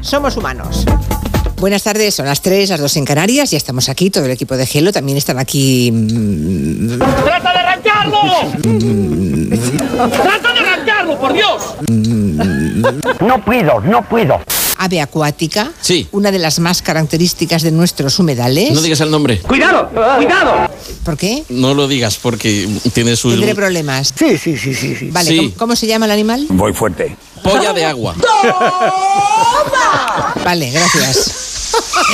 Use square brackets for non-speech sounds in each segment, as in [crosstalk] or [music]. Somos humanos. Buenas tardes, son las 3, las 2 en Canarias, ya estamos aquí, todo el equipo de Gelo también estaba aquí. mm, ¡Trata de [laughs] arrancarlo! ¡Trata de arrancarlo, por Dios! No puedo, no puedo. Ave acuática, Sí. una de las más características de nuestros humedales. No digas el nombre. ¡Cuidado! Ah. ¡Cuidado! ¿Por qué? No lo digas porque tiene su Tendré problemas. Sí, sí, sí, sí, sí. Vale, Sí. ¿cómo, cómo se llama el animal? Voy fuerte. polla de agua. Vale, gracias.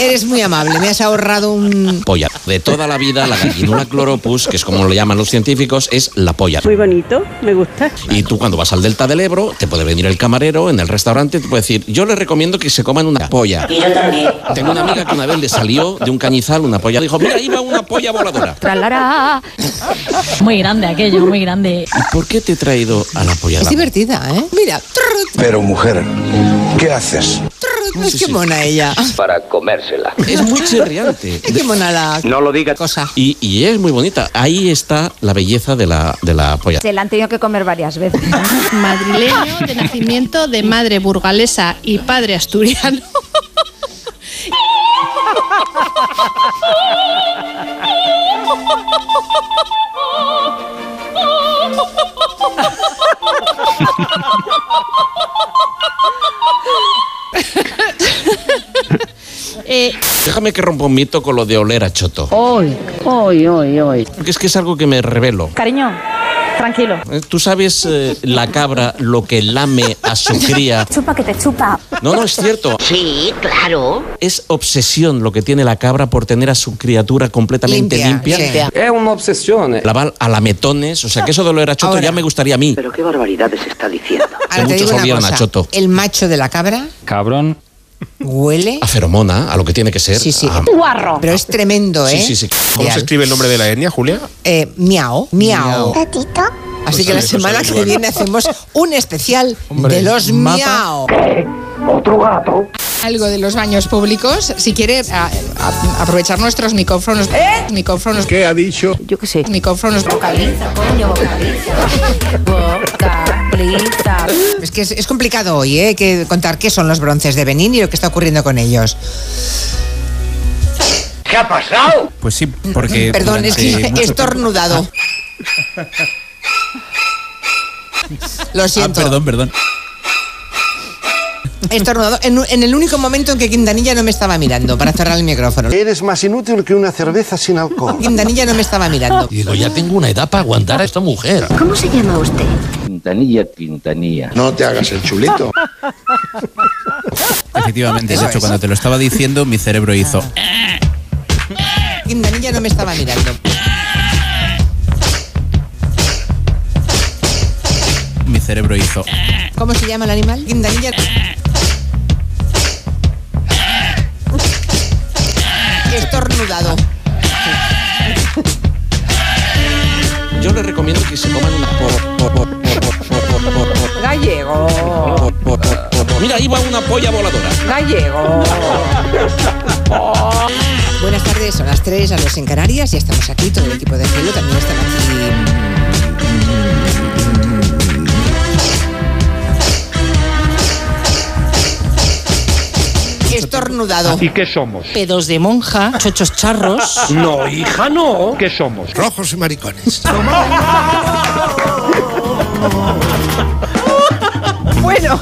Eres muy amable, me has ahorrado un... Polla. De toda la vida, la gallinula cloropus, que es como lo llaman los científicos, es la polla. Muy bonito, me gusta. Y tú cuando vas al delta del Ebro, te puede venir el camarero en el restaurante y te puede decir, yo le recomiendo que se coman una polla. Y yo también. Tengo una amiga que una vez le salió de un cañizal una polla. Dijo, mira, ahí va una polla voladora. Tralará. [laughs] Muy grande aquello, muy grande. ¿Y por qué te he traído a la polla? Es de agua? divertida, ¿eh? Mira, trrr, Pero mujer, ¿qué haces? trrr, es Sí, que sí. mona ella. Para comérsela. Es muy chirriante. Es que mona la No lo digas. cosa. Y, y es muy bonita. Ahí está la belleza de la, de la polla. Se la han tenido que comer varias veces. madrileño de nacimiento de madre burgalesa y padre asturiano. Eh, Déjame que rompa un mito con lo de olera choto. Hoy, hoy, hoy, hoy. Porque es que es algo que me revelo. Cariño, tranquilo. Eh, Tú sabes eh, la cabra lo que lame a su cría. Chupa que te chupa. No, no, es cierto. Sí, claro. Es obsesión lo que tiene la cabra por tener a su criatura completamente Limpia, limpia. sí. Es una obsesión. eh. La va a lametones. O sea, que eso de lo era choto Ahora. ya me gustaría a mí. Pero qué barbaridades está diciendo. Ahora te muchos digo una odiaban a cosa. Choto. El macho de la cabra Cabrón. huele... A feromona, a lo que tiene que ser. Ah. Sí, Este sí. a- Guarro. Pero es tremendo, ¿eh? Sí, sí, sí. ¿Cómo se Real. escribe el nombre de la etnia, Julia? Eh, miau, miau. Así Pues que la sale, pues semana sale que igual. viene hacemos un especial Hombre, de los mata. miau. algo de los baños públicos, si quiere a- a- aprovechar nuestros micrófonos. Micrófonos. ¿Qué ha dicho? Yo qué sé. Micrófonos. Vocaliza, coño, vocaliza. Vocaliza. Es que es, es complicado hoy, ¿eh? Que contar qué son los bronces de Benín y lo que está ocurriendo con ellos. ¿Qué ha pasado? Pues sí, porque. Mm, Perdón, es que he estornudado. Lo siento. Ah, perdón. He estornudado en, un- en el único momento en que Quintanilla no me estaba mirando para cerrar el micrófono. Eres más inútil que una cerveza sin alcohol. Quintanilla no me estaba mirando. Digo, ya tengo una edad para aguantar a esta mujer. ¿Cómo se llama usted? Quintanilla, Quintanilla. No te hagas el chulito. Efectivamente, Eso de hecho, es. cuando te lo estaba diciendo, mi cerebro hizo. Quintanilla no me estaba mirando. Mi cerebro hizo. ¿Cómo se llama el animal? Quintanilla. Estornudado. Yo le recomiendo que se coman una polla. Gallego, Mira, ahí va una polla voladora. gallego. Buenas tardes, son las 3, a los en Canarias, ya estamos aquí, todo el equipo de Gelo también están aquí. Estornudado. ¿Y qué somos? Pedos de monja, chochos charros. No, hija, no. ¿Qué somos? Rojos y maricones. Bueno.